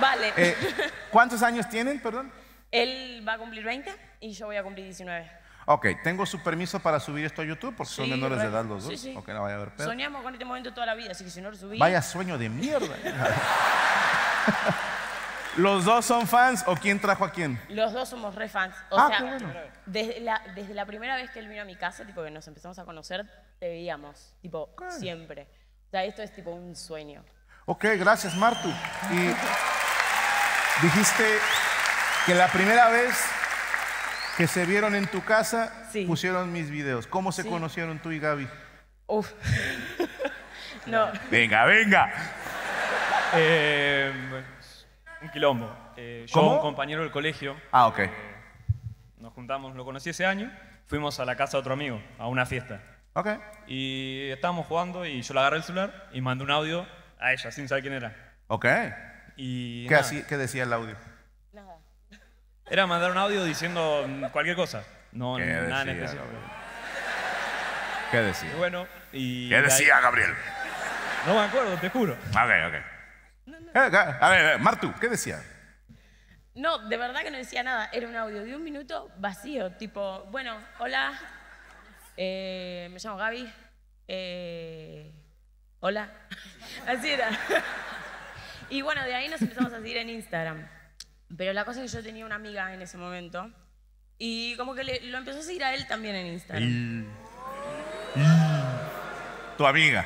[SPEAKER 9] Vale.
[SPEAKER 3] Eh, ¿Cuántos años tienen, perdón?
[SPEAKER 9] Él va a cumplir 20 y yo voy a cumplir 19.
[SPEAKER 3] Ok, tengo su permiso para subir esto a YouTube porque son
[SPEAKER 9] Sí,
[SPEAKER 3] menores de
[SPEAKER 9] re-
[SPEAKER 3] edad los dos.
[SPEAKER 9] sí, sí.
[SPEAKER 3] Ok, no vaya a haber pedo.
[SPEAKER 9] Soñamos con este momento toda la vida, así que si no lo subí.
[SPEAKER 3] Vaya sueño de mierda. ¿Los dos son fans o quién trajo a quién?
[SPEAKER 9] Los dos somos re fans. O
[SPEAKER 3] Ah,
[SPEAKER 9] sea,
[SPEAKER 3] qué bueno.
[SPEAKER 9] desde, la, desde la primera vez que él vino a mi casa, tipo que nos empezamos a conocer, te veíamos, tipo, siempre. O sea, esto es tipo un sueño.
[SPEAKER 3] Ok, gracias, Martu. Y dijiste que la primera vez que se vieron en tu casa
[SPEAKER 9] Sí.
[SPEAKER 3] pusieron mis videos. ¿Cómo se conocieron tú y Gaby?
[SPEAKER 9] Uf. no,
[SPEAKER 3] Venga, venga.
[SPEAKER 8] Eh, un quilombo. Eh, yo,
[SPEAKER 3] ¿Cómo?
[SPEAKER 8] un compañero del colegio, eh,
[SPEAKER 3] Ah, ok.
[SPEAKER 8] nos juntamos, lo conocí ese año, fuimos a la casa de otro amigo, a una fiesta.
[SPEAKER 3] Ok.
[SPEAKER 8] Y estábamos jugando y yo le agarré el celular y mandé un audio a ella, sin saber quién era.
[SPEAKER 3] Ok.
[SPEAKER 8] Y
[SPEAKER 3] ¿Qué,
[SPEAKER 8] nada,
[SPEAKER 3] así- qué decía el audio?
[SPEAKER 9] nada.
[SPEAKER 8] era mandar un audio diciendo mm, cualquier cosa. No,
[SPEAKER 3] ¿Qué
[SPEAKER 8] nada en
[SPEAKER 3] decía,
[SPEAKER 8] específico.
[SPEAKER 3] ¿Qué
[SPEAKER 8] Y
[SPEAKER 3] decía?
[SPEAKER 8] bueno, y...
[SPEAKER 3] ¿Qué
[SPEAKER 8] de ahí-
[SPEAKER 3] decía Gabriel?
[SPEAKER 8] No me acuerdo, te juro.
[SPEAKER 3] Ok, ok. Eh, ga- A ver, eh, Martu, ¿qué decía?
[SPEAKER 9] No, de verdad que no decía nada. Era un audio de un minuto vacío, tipo, bueno, hola, eh, me llamo Gaby, eh, hola. Así era. Y bueno, de ahí nos empezamos a seguir en Instagram. Pero la cosa es que yo tenía una amiga en ese momento y como que le- lo empezó a seguir a él también en Instagram.
[SPEAKER 3] Tu amiga.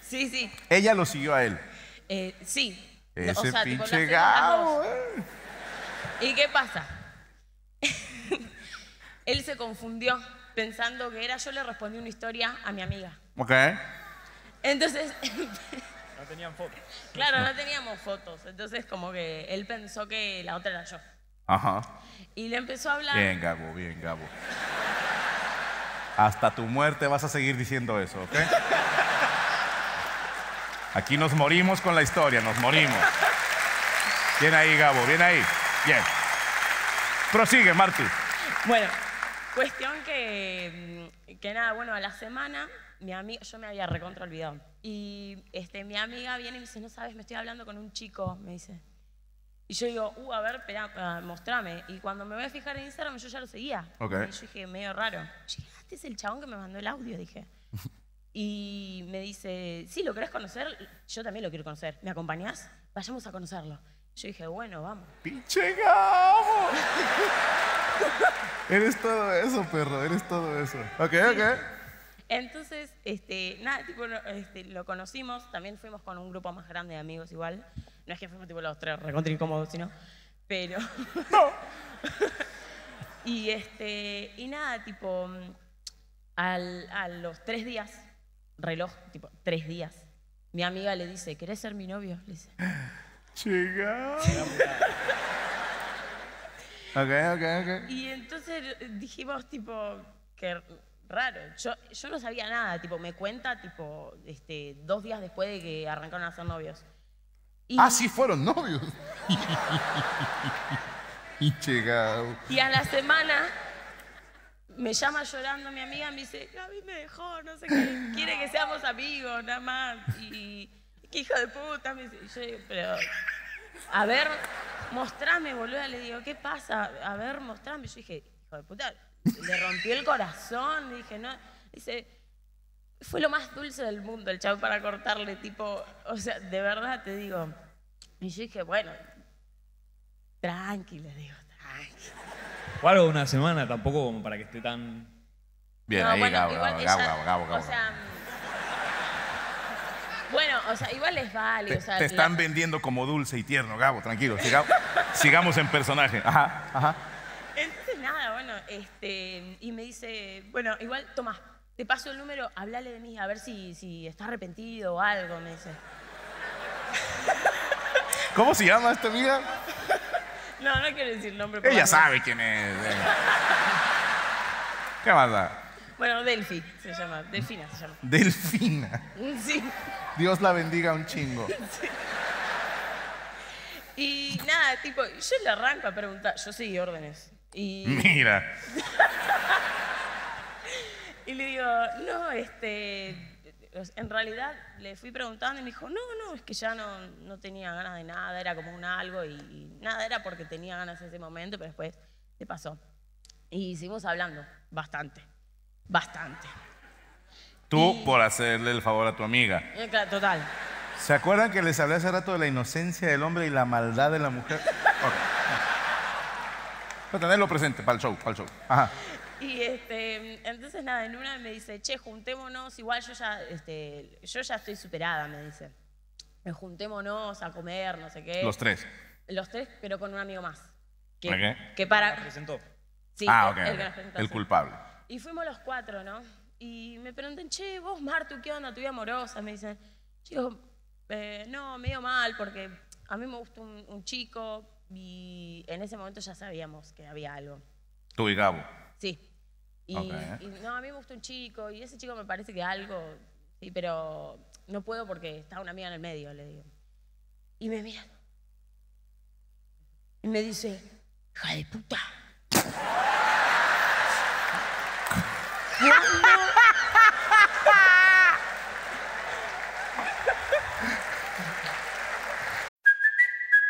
[SPEAKER 9] Sí, sí,
[SPEAKER 3] Ella lo siguió a él.
[SPEAKER 9] eh, sí. No,
[SPEAKER 3] Ese
[SPEAKER 9] tipo, las
[SPEAKER 3] pinche
[SPEAKER 9] seguimos las dos.
[SPEAKER 3] gabo. eh.
[SPEAKER 9] ¿Y qué pasa? Él se confundió pensando que era yo le respondí una historia a mi amiga.
[SPEAKER 3] Ok.
[SPEAKER 9] Entonces,
[SPEAKER 8] tenían fotos.
[SPEAKER 9] Claro, no teníamos fotos, entonces como que él pensó que la otra era yo.
[SPEAKER 3] Ajá.
[SPEAKER 9] Y le empezó a hablar.
[SPEAKER 3] Bien, Gabo, bien, Gabo. Hasta tu muerte vas a seguir diciendo eso, ¿ok? Aquí nos morimos con la historia, nos morimos. Bien ahí, Gabo, bien ahí. Bien. Prosigue, Marti.
[SPEAKER 9] Bueno. Cuestión que, mm, que nada, bueno, a la semana mi amiga, yo me había recontra olvidado. Y este, mi amiga viene y me dice, no sabes, me estoy hablando con un chico, me dice. Y yo digo, uh, a ver, espera, ah, mostrame. Y cuando me voy a fijar en Instagram, yo ya lo seguía.
[SPEAKER 3] Ok.
[SPEAKER 9] Y yo dije, medio raro. Yo dije, "Ah, este es el chabón que me mandó el audio, dije. Y me dice, sí, ¿lo querés conocer? Yo también lo quiero conocer. ¿Me acompañás? Vayamos a conocerlo. Yo dije, bueno, vamos.
[SPEAKER 3] ¡Pinche Gabo! Eres todo eso, perro, eres todo eso. Ok, ok.
[SPEAKER 9] Entonces, este, nada, tipo, no, este, lo conocimos, también fuimos con un grupo más grande de amigos igual. No es que fuimos tipo los tres recontra incómodos, sino, pero... y, este, y nada, tipo, mm, al- a los tres días, reloj, tipo, tres días, mi amiga le dice, ¿querés ser mi novio? Le dice,
[SPEAKER 3] Chica. Ok, ok, ok.
[SPEAKER 9] Y entonces eh, dijimos, tipo, que raro. Yo, yo no sabía nada, tipo, me cuenta, tipo, este, dos días después de que arrancaron a ser novios.
[SPEAKER 3] Ah, sí fueron novios. Pinche Gabo.
[SPEAKER 9] Y a la semana me llama llorando mi amiga, me dice, Gaby me dejó, no sé qué, quiere que seamos amigos, nada más. Y qué hija de puta, me dice. Y yo digo, pero, a ver, mostrame, boluda. Le digo, ¿qué pasa? A ver, mostrame. Yo dije, hijo de puta, le rompió el corazón. Dije, no. Dice, fue lo más dulce del mundo el chavo para cortarle, tipo, o sea, de verdad te digo. Y yo dije, bueno, tranqui, le digo, tranqui.
[SPEAKER 8] O algo de una semana tampoco como para que esté tan...
[SPEAKER 3] Bien,
[SPEAKER 9] No,
[SPEAKER 3] ahí,
[SPEAKER 9] bueno,
[SPEAKER 3] Gabo,
[SPEAKER 9] igual
[SPEAKER 3] Gabo,
[SPEAKER 9] ella-
[SPEAKER 3] Gabo, Gabo, Gabo,
[SPEAKER 9] o
[SPEAKER 3] Gabo.
[SPEAKER 9] sea, mm, bueno, o sea, igual es vale.
[SPEAKER 3] Te,
[SPEAKER 9] o sea,
[SPEAKER 3] te están
[SPEAKER 9] la-
[SPEAKER 3] vendiendo como dulce y tierno, Gabo, tranquilo. siga- sigamos en personaje. Ajá, ajá.
[SPEAKER 9] Entonces nada, bueno, este, y me dice, bueno, igual, Tomás, te paso el número, háblale de mí, a ver si, si está arrepentido o algo, me dice.
[SPEAKER 3] ¿Cómo se llama esta amiga?
[SPEAKER 9] No, no quiero decir nombre. por
[SPEAKER 3] Ella
[SPEAKER 9] las
[SPEAKER 3] sabe quién es. eh. ¿Qué más da?
[SPEAKER 9] dudas. Bueno, Delphi se llama, Delfina se llama.
[SPEAKER 3] Delfina.
[SPEAKER 9] Sí.
[SPEAKER 3] Dios la bendiga un chingo.
[SPEAKER 9] Y nada, tipo, yo le arranco a preguntar, yo seguí órdenes. Y
[SPEAKER 3] Mira.
[SPEAKER 9] Y le digo, no, este, en realidad le fui preguntando y me dijo, no, no, es que ya no, no tenía ganas de nada, era como un algo y, y nada, era porque tenía ganas en ese momento, pero después se pasó. Y seguimos hablando, bastante, bastante.
[SPEAKER 3] Tú por hacerle el favor a tu amiga.
[SPEAKER 9] Eh, claro, Total.
[SPEAKER 3] ¿Se acuerdan que les hablé hace rato de la inocencia del hombre y la maldad de la mujer? Ok. Para tenerlo presente, para el show, para el show. Ajá.
[SPEAKER 9] Y este, entonces nada, en una me dice, che, juntémonos, igual yo ya, este, yo ya estoy superada, me dice. Eh, Juntémonos a comer, no sé qué.
[SPEAKER 3] Los tres.
[SPEAKER 9] Los tres, pero con un amigo más. Que,
[SPEAKER 3] Ok.
[SPEAKER 9] que para... Sí,
[SPEAKER 3] ah,
[SPEAKER 9] el-
[SPEAKER 3] ok.
[SPEAKER 9] el
[SPEAKER 3] ok.
[SPEAKER 9] que nos presentó,
[SPEAKER 3] El
[SPEAKER 9] sí.
[SPEAKER 3] culpable.
[SPEAKER 9] Y fuimos los cuatro, ¿no? Y me preguntan, che, vos, Martu, ¿qué onda? ¿Tu vida amorosa? Me dicen, chicos, eh, no, medio mal, porque a mí me gusta un, un chico y en ese momento ya sabíamos que había algo.
[SPEAKER 3] Tú y Gabo.
[SPEAKER 9] Sí. Y,
[SPEAKER 3] Ok.
[SPEAKER 9] y no, a mí me gusta un chico y ese chico me parece que algo, sí, pero no puedo porque está una amiga en el medio, le digo. Y me mira. Y me dice, hija de puta.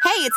[SPEAKER 10] Hey, it's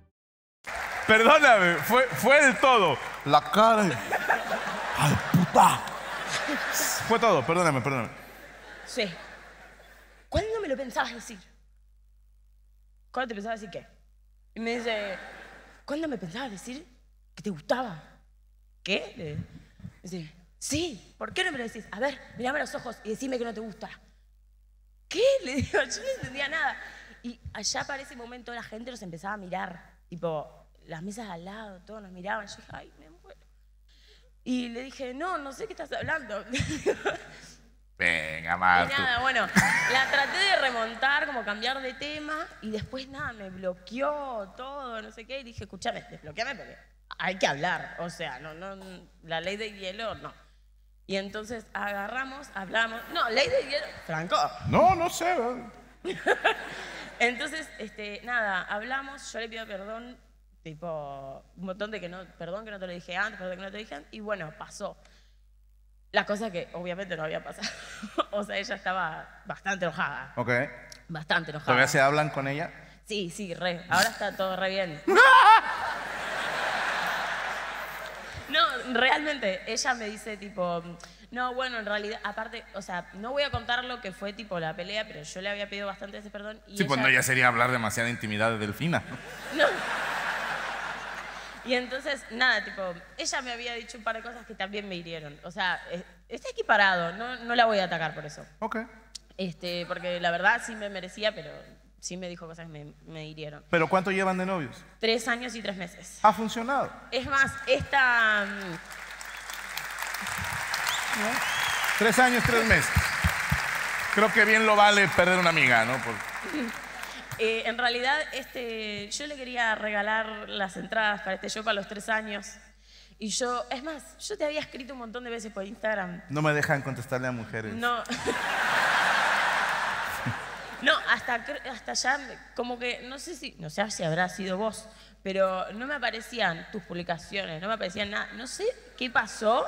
[SPEAKER 3] Perdóname, fue, fue del todo. La cara. de- ¡Ay, puta! Fue todo, perdóname, perdóname.
[SPEAKER 9] Sí. ¿Cuándo me lo pensabas decir? ¿Cuándo te pensabas decir qué? Y me dice, ¿cuándo me pensabas decir que te gustaba? ¿Qué? Le- Dice, sí, ¿por qué no me lo decís? A ver, mirame a los ojos y decime que no te gusta. ¿Qué? Le digo, yo no entendía nada. Y allá para ese momento la gente nos empezaba a mirar. Tipo, las mesas de al lado, todos nos miraban. Yo dije, ay, me muero. Y le dije, no, no sé qué estás hablando.
[SPEAKER 3] Venga,
[SPEAKER 9] Y
[SPEAKER 3] Marta.
[SPEAKER 9] nada, bueno, la traté de remontar, como cambiar de tema, y después nada, me bloqueó todo, no sé qué, y dije, escúchame, desbloqueame porque hay que hablar, o sea, no, no, la ley del hielo, no. Y entonces agarramos, hablamos, no, ley del hielo, Franco.
[SPEAKER 3] No, no sé.
[SPEAKER 9] Entonces, este, nada, hablamos, yo le pido perdón, tipo, un montón de que no, perdón que no te lo dije antes, perdón que no te lo dije antes, y bueno, pasó. La cosa que obviamente no había pasado, o sea, ella estaba bastante enojada.
[SPEAKER 3] Ok.
[SPEAKER 9] Bastante enojada.
[SPEAKER 3] ¿Todavía se hablan con ella?
[SPEAKER 9] Sí, sí, re. Ahora está todo re bien. No, realmente, ella me dice tipo, no, bueno, en realidad, aparte, o sea, no voy a contar lo que fue tipo la pelea, pero yo le había pedido bastante veces perdón y
[SPEAKER 3] Sí, pues
[SPEAKER 9] ella-
[SPEAKER 3] no, ya sería hablar demasiada intimidad de Delfina.
[SPEAKER 9] No. Y entonces, nada, tipo, ella me había dicho un par de cosas que también me hirieron. O sea, eh, está equiparado, no, no la voy a atacar por eso.
[SPEAKER 3] Ok.
[SPEAKER 9] Este, porque la verdad sí me merecía, pero sí me dijo cosas que me, me hirieron.
[SPEAKER 3] ¿Pero cuánto llevan de novios?
[SPEAKER 9] Tres años y tres meses.
[SPEAKER 3] Ha funcionado.
[SPEAKER 9] Es más, esta. mm,
[SPEAKER 3] Tres años, tres meses. Creo que bien lo vale perder una amiga, ¿no? Por-
[SPEAKER 9] eh, en realidad, este, yo le quería regalar las entradas para este show para los tres años. Y yo, es más, yo te había escrito un montón de veces por Instagram.
[SPEAKER 3] No me dejan contestarle a mujeres.
[SPEAKER 9] No. No, hasta, cre- hasta ya, me- como que, no sé si, no sé si habrá sido vos, pero no me aparecían tus publicaciones, no me aparecían nada, no sé qué pasó,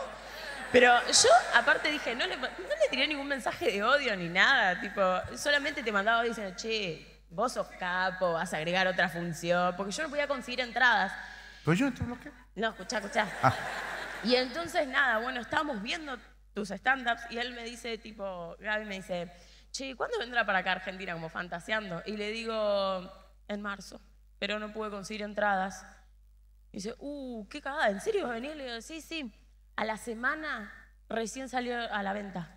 [SPEAKER 9] pero yo aparte dije, no le, no le tiré ningún mensaje de odio ni nada, tipo, solamente te mandaba diciendo, che, vos sos capo, vas a agregar otra función, porque yo no podía conseguir entradas.
[SPEAKER 3] Pero Pues yo no te bloqueo.
[SPEAKER 9] No, escuchá, escuchá.
[SPEAKER 3] Ah.
[SPEAKER 9] Y entonces, nada, bueno, estábamos viendo tus stand-ups y él me dice, tipo, Gaby me dice, che, ¿cuándo vendrá para acá a Argentina? Como fantaseando. Y le digo, en marzo, pero no pude conseguir entradas. Y dice, uh, qué cagada, ¿en serio vas a venir? Le digo, sí, sí, a la semana recién salió a la venta.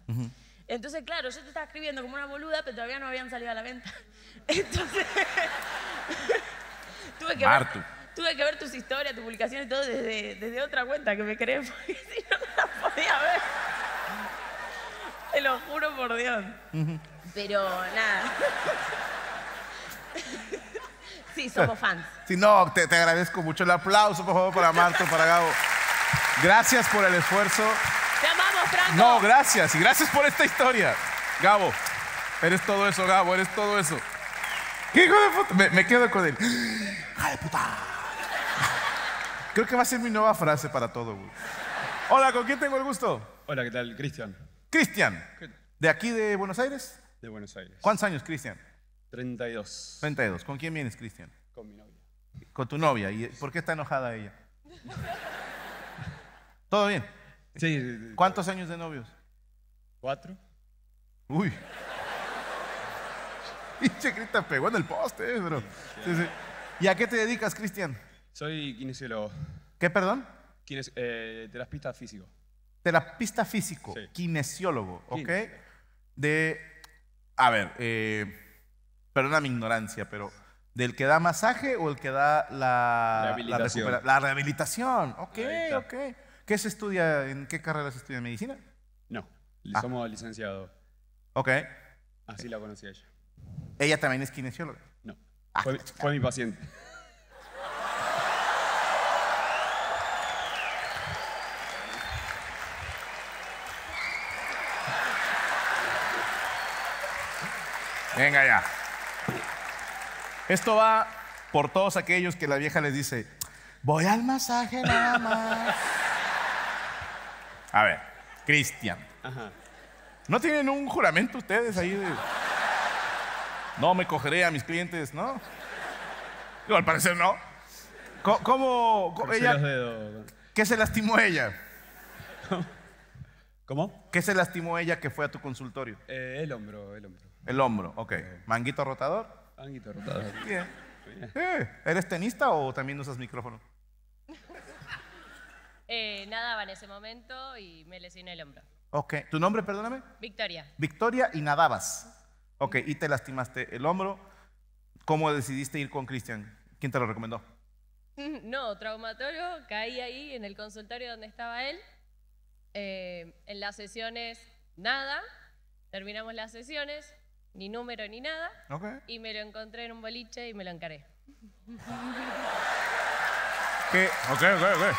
[SPEAKER 9] Entonces, claro, yo te estaba escribiendo como una boluda, pero todavía no habían salido a la venta. Entonces, tuve que ver
[SPEAKER 3] Martu.
[SPEAKER 9] Tuve que ver tus historias, tus publicaciones, todo desde, desde otra cuenta que me creé, porque si no, no las podía ver. Te lo juro por Dios. Pero nada. Sí, somos fans.
[SPEAKER 3] Sí, no, te, te agradezco mucho. El aplauso, por favor, para Marto, para Gabo. Gracias por el esfuerzo.
[SPEAKER 9] Te amamos, Franco.
[SPEAKER 3] No, gracias. Y gracias por esta historia. Gabo, eres todo eso, Gabo, eres todo eso. ¿Qué hijo de puta? Me, me quedo con él. ¡Hija de puta! Creo que va a ser mi nueva frase para todo. güey. Hola, ¿con quién tengo el gusto?
[SPEAKER 11] Hola, ¿qué tal? Cristian,
[SPEAKER 3] Cristian.
[SPEAKER 11] ¿Qué tal?
[SPEAKER 3] ¿De aquí de Buenos Aires?
[SPEAKER 11] de Buenos Aires.
[SPEAKER 3] ¿Cuántos años, Cristian?
[SPEAKER 11] 32.
[SPEAKER 3] 32. ¿Con quién vienes, Cristian?
[SPEAKER 11] Con mi novia.
[SPEAKER 3] Con tu novia. ¿Y por qué está enojada ella? ¿Todo bien?
[SPEAKER 11] Sí.
[SPEAKER 3] ¿Cuántos años de novios?
[SPEAKER 11] ¿Cuatro?
[SPEAKER 3] Uy. Pinche Cristian pegó en el poste, eh, bro. Sí, sí. ¿Y a qué te dedicas, Cristian?
[SPEAKER 11] Soy kinesiólogo.
[SPEAKER 3] ¿Qué, perdón?
[SPEAKER 11] Kines eh, terapista físico.
[SPEAKER 3] Terapista físico, kinesiólogo, ¿ok? De, a ver, eh, perdona mi ignorancia, pero ¿del que da masaje o el que da la
[SPEAKER 11] Rehabilitación.
[SPEAKER 3] La, recupera- la rehabilitación, ok,
[SPEAKER 11] Ahí está.
[SPEAKER 3] ok. ¿Qué se estudia, en qué carrera se estudia medicina?
[SPEAKER 11] No, li-
[SPEAKER 3] Ah.
[SPEAKER 11] somos licenciados.
[SPEAKER 3] Ok.
[SPEAKER 11] Así la conocí a ella.
[SPEAKER 3] ¿Ella también es kinesióloga?
[SPEAKER 11] No. Fue, fue mi paciente.
[SPEAKER 3] Venga ya. Esto va por todos aquellos que la vieja les dice, voy al masaje nada más. A ver, Cristian. ¿No tienen un juramento ustedes ahí de... No me cogeré a mis clientes, ¿no? Digo, al parecer no. Co- ¿Cómo, co-
[SPEAKER 11] Crucé los
[SPEAKER 3] ella,
[SPEAKER 11] dedos.
[SPEAKER 3] qué se lastimó ella?
[SPEAKER 11] ¿Cómo?
[SPEAKER 3] ¿Qué se lastimó ella que fue a tu consultorio?
[SPEAKER 11] Eh, el hombro, el hombro.
[SPEAKER 3] El hombro, ok. ¿Manguito rotador?
[SPEAKER 11] Anguito rotado.
[SPEAKER 3] Bien. Eh, ¿Eres tenista o también usas micrófono?
[SPEAKER 12] Eh, nadaba en ese momento y me lesioné el hombro.
[SPEAKER 3] Ok. ¿Tu nombre, perdóname?
[SPEAKER 12] Victoria,
[SPEAKER 3] Victoria y nadabas. Ok, y te lastimaste el hombro. ¿Cómo decidiste ir con Cristian? ¿Quién te lo recomendó?
[SPEAKER 12] no, traumatólogo, caí ahí en el consultorio donde estaba él. Eh, en las sesiones, nada. Terminamos las sesiones, ni número ni nada.
[SPEAKER 3] Ok.
[SPEAKER 12] Y me lo encontré en un boliche y me lo encaré.
[SPEAKER 3] ¿Qué? Ok, ok, ok.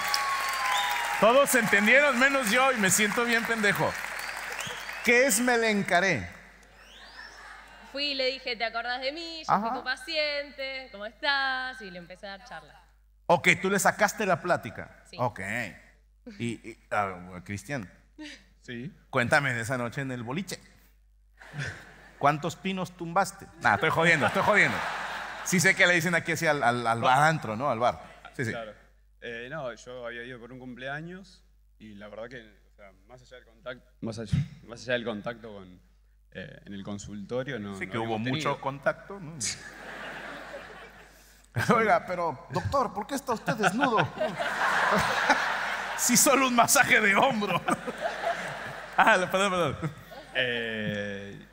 [SPEAKER 3] Todos entendieron menos yo y me siento bien pendejo. ¿Qué es me le encaré?
[SPEAKER 12] Fui y le dije, ¿te acordás de mí? Yo
[SPEAKER 3] Ajá.
[SPEAKER 12] fui tu paciente, ¿cómo estás? Y le empecé a dar charla.
[SPEAKER 3] Ok, tú le sacaste la plática.
[SPEAKER 12] Sí.
[SPEAKER 3] Ok. Y, y, ah, Cristian,
[SPEAKER 11] Sí.
[SPEAKER 3] cuéntame de esa noche en el boliche. ¿Cuántos pinos tumbaste? Nah, estoy jodiendo, estoy jodiendo. Sí sé que le dicen aquí así al, al, al bar antro, ¿no? Al bar. Sí, sí.
[SPEAKER 11] Claro. Eh, no, yo había ido por un cumpleaños y la verdad que, o sea, más allá del contacto, más allá, más allá del contacto con, eh, en el consultorio, no.
[SPEAKER 3] Sí,
[SPEAKER 11] no
[SPEAKER 3] que hubo
[SPEAKER 11] habíamos
[SPEAKER 3] mucho
[SPEAKER 11] tenido.
[SPEAKER 3] contacto. ¿no? Oiga, pero doctor, ¿por qué está usted desnudo? si solo un masaje de hombro. ah, perdón, perdón.
[SPEAKER 11] Eh,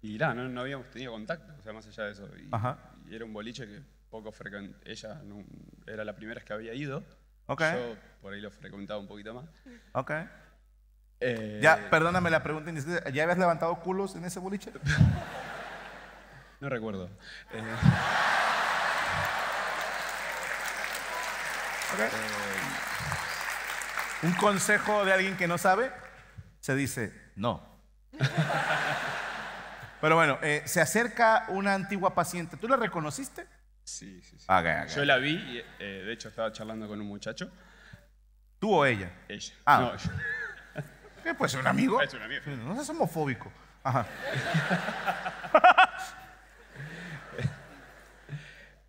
[SPEAKER 11] y nada, no, no habíamos tenido contacto, o sea, más allá de eso. Y,
[SPEAKER 3] Ajá.
[SPEAKER 11] y era un boliche que poco frecuente. Ella no- era la primera vez que había ido.
[SPEAKER 3] Ok.
[SPEAKER 11] Yo por ahí lo frecuentaba un poquito más.
[SPEAKER 3] Ok.
[SPEAKER 11] Eh,
[SPEAKER 3] Ya, perdóname la pregunta indiscreta. ¿Ya habías levantado culos en ese boliche?
[SPEAKER 11] No recuerdo. Eh, eh,
[SPEAKER 3] Un consejo de alguien que no sabe, se dice no. Pero bueno, eh, se acerca una antigua paciente. ¿Tú la reconociste?
[SPEAKER 11] sí, sí, sí.
[SPEAKER 3] Ok, ok.
[SPEAKER 11] Yo la vi, y, eh, de hecho estaba charlando con un muchacho.
[SPEAKER 3] ¿Tú o ella?
[SPEAKER 11] Ella.
[SPEAKER 3] Ah.
[SPEAKER 11] No, yo-
[SPEAKER 3] ¿Qué, pues un amigo?
[SPEAKER 11] Es un amigo.
[SPEAKER 3] Sí, No seas homofóbico. Ajá.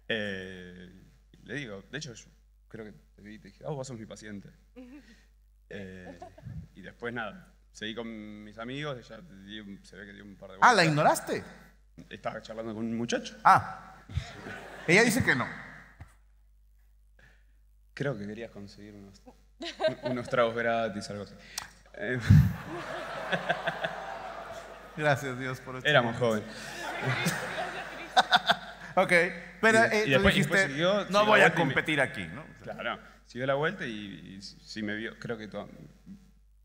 [SPEAKER 11] Eh, le digo, de hecho, yo creo que te vi y te dije, ah, vos sos mi paciente. Eh, y después nada, seguí con mis amigos, ella di un- se ve que dio un par de
[SPEAKER 3] Ah, ¿la
[SPEAKER 11] vueltas.
[SPEAKER 3] ignoraste?
[SPEAKER 11] Estaba charlando con un muchacho.
[SPEAKER 3] Ah. Ella dice que no.
[SPEAKER 11] Creo que querías conseguir unos, un- unos tragos gratis, algo así. Eh,
[SPEAKER 3] Gracias Dios por este esto.
[SPEAKER 11] éramos jóvenes.
[SPEAKER 3] Ok. Pero
[SPEAKER 11] Y- y
[SPEAKER 3] eh, tú
[SPEAKER 11] después- y
[SPEAKER 3] dijiste,
[SPEAKER 11] después siguió, siguió la
[SPEAKER 3] no voy a
[SPEAKER 11] vuelta y me-
[SPEAKER 3] competir aquí, ¿no?
[SPEAKER 11] Claro, siguió la vuelta y, y si me vio, creo que to-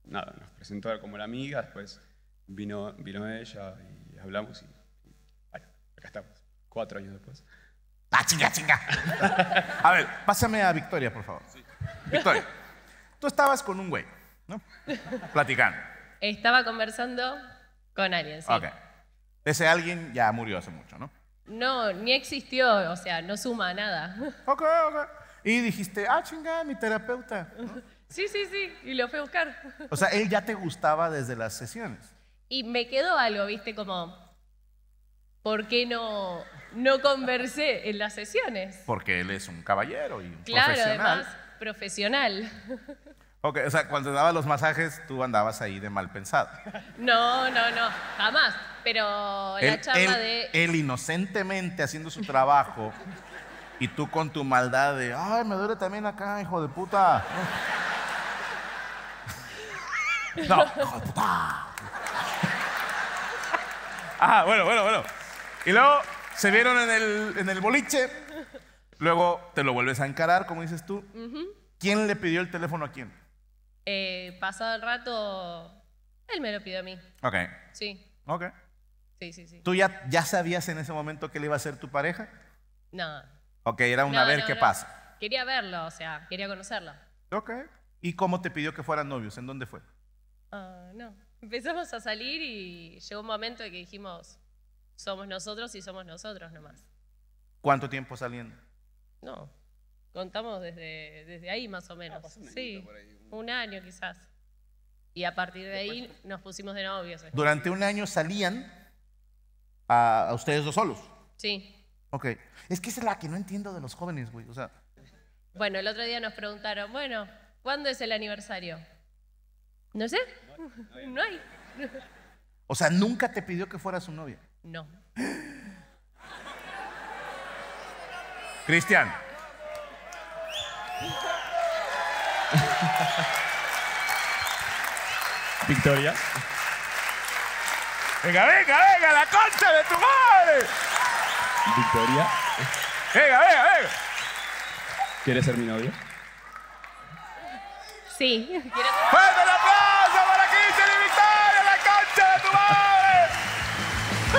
[SPEAKER 11] nada, nos presentó como la amiga, después vino, vino ella y hablamos y, y, bueno, acá estamos, cuatro años después.
[SPEAKER 3] Ah, chinga, chinga. A ver, pásame a Victoria, por favor. Victoria, tú estabas con un güey, ¿no? Platicando.
[SPEAKER 12] Estaba conversando con alguien, sí.
[SPEAKER 3] Ok. Ese alguien ya murió hace mucho, ¿no?
[SPEAKER 12] No, ni existió, o sea, no suma a nada.
[SPEAKER 3] Ok, ok. Y dijiste, ah, chinga, mi terapeuta. ¿no?
[SPEAKER 12] Sí, sí, sí, y lo fui a buscar.
[SPEAKER 3] O sea, él ya te gustaba desde las sesiones.
[SPEAKER 12] Y me quedó algo, viste, como, ¿por qué no, no conversé en las sesiones?
[SPEAKER 3] Porque él es un caballero y un
[SPEAKER 12] Claro,
[SPEAKER 3] profesional.
[SPEAKER 12] además, profesional.
[SPEAKER 3] Ok, o sea, cuando daba los masajes, tú andabas ahí de mal pensado.
[SPEAKER 12] No, no, no, jamás. Pero la
[SPEAKER 3] él,
[SPEAKER 12] charla
[SPEAKER 3] él-
[SPEAKER 12] de...
[SPEAKER 3] él inocentemente haciendo su trabajo y tú con tu maldad de, ay, me duele también acá, hijo de puta. No, hijo de puta. Ah, bueno, bueno, bueno. Y luego se vieron en el, en el boliche, luego te lo vuelves a encarar, como dices tú.
[SPEAKER 12] Ujú.
[SPEAKER 3] ¿Quién le pidió el teléfono a quién?
[SPEAKER 12] Eh, pasado el rato, él me lo pidió a mí.
[SPEAKER 3] Ok,
[SPEAKER 12] Sí,
[SPEAKER 3] ok.
[SPEAKER 12] sí, sí, sí.
[SPEAKER 3] ¿Tú ya, ya sabías en ese momento que le iba a ser tu pareja?
[SPEAKER 12] No.
[SPEAKER 3] Ok, era un
[SPEAKER 12] No,
[SPEAKER 3] a ver
[SPEAKER 12] no,
[SPEAKER 3] qué
[SPEAKER 12] no.
[SPEAKER 3] pasa.
[SPEAKER 12] Quería verlo, o sea, quería conocerlo.
[SPEAKER 3] Ok. ¿Y cómo te pidió que fueran novios? ¿En dónde fue?
[SPEAKER 12] Ah, no. Empezamos a salir y llegó un momento en que dijimos,
[SPEAKER 9] Somos nosotros y somos nosotros nomás.
[SPEAKER 3] ¿Cuánto tiempo saliendo?
[SPEAKER 9] No, contamos desde, desde ahí más o menos. sí, un año quizás. Y a partir de ahí nos pusimos de novios.
[SPEAKER 3] Durante un año salían a, a ustedes dos solos.
[SPEAKER 9] Sí.
[SPEAKER 3] Ok. Es que esa es la que no entiendo de los jóvenes, güey. O sea,
[SPEAKER 9] Bueno, el otro día nos preguntaron, bueno, ¿cuándo es el aniversario? No sé. No hay.
[SPEAKER 3] o sea, nunca te pidió que fuera su novia.
[SPEAKER 9] No.
[SPEAKER 3] Cristian.
[SPEAKER 8] Victoria.
[SPEAKER 3] Venga, venga, venga, la concha de tu madre.
[SPEAKER 8] Victoria.
[SPEAKER 3] Venga, venga, venga.
[SPEAKER 8] ¿Quieres ser mi novia?
[SPEAKER 9] Sí.
[SPEAKER 3] ¡Fuerte el aplauso para Cristian y Victoria, la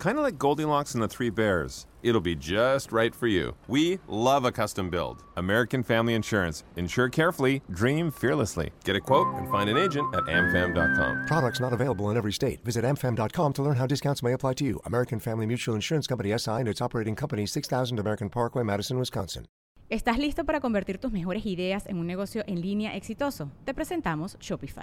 [SPEAKER 13] Kind of like Goldilocks and the Three Bears. It'll be just right for you. We love a custom build. American Family Insurance. Insure carefully, dream fearlessly. Get a quote and find an agent at amfam.com.
[SPEAKER 14] Products not available in every state. Visit amfam.com to learn how discounts may apply to you. American Family Mutual Insurance Company SI and its operating company 6000 American Parkway, Madison, Wisconsin.
[SPEAKER 15] ¿Estás listo para convertir tus mejores ideas en un negocio en línea exitoso? Te presentamos Shopify.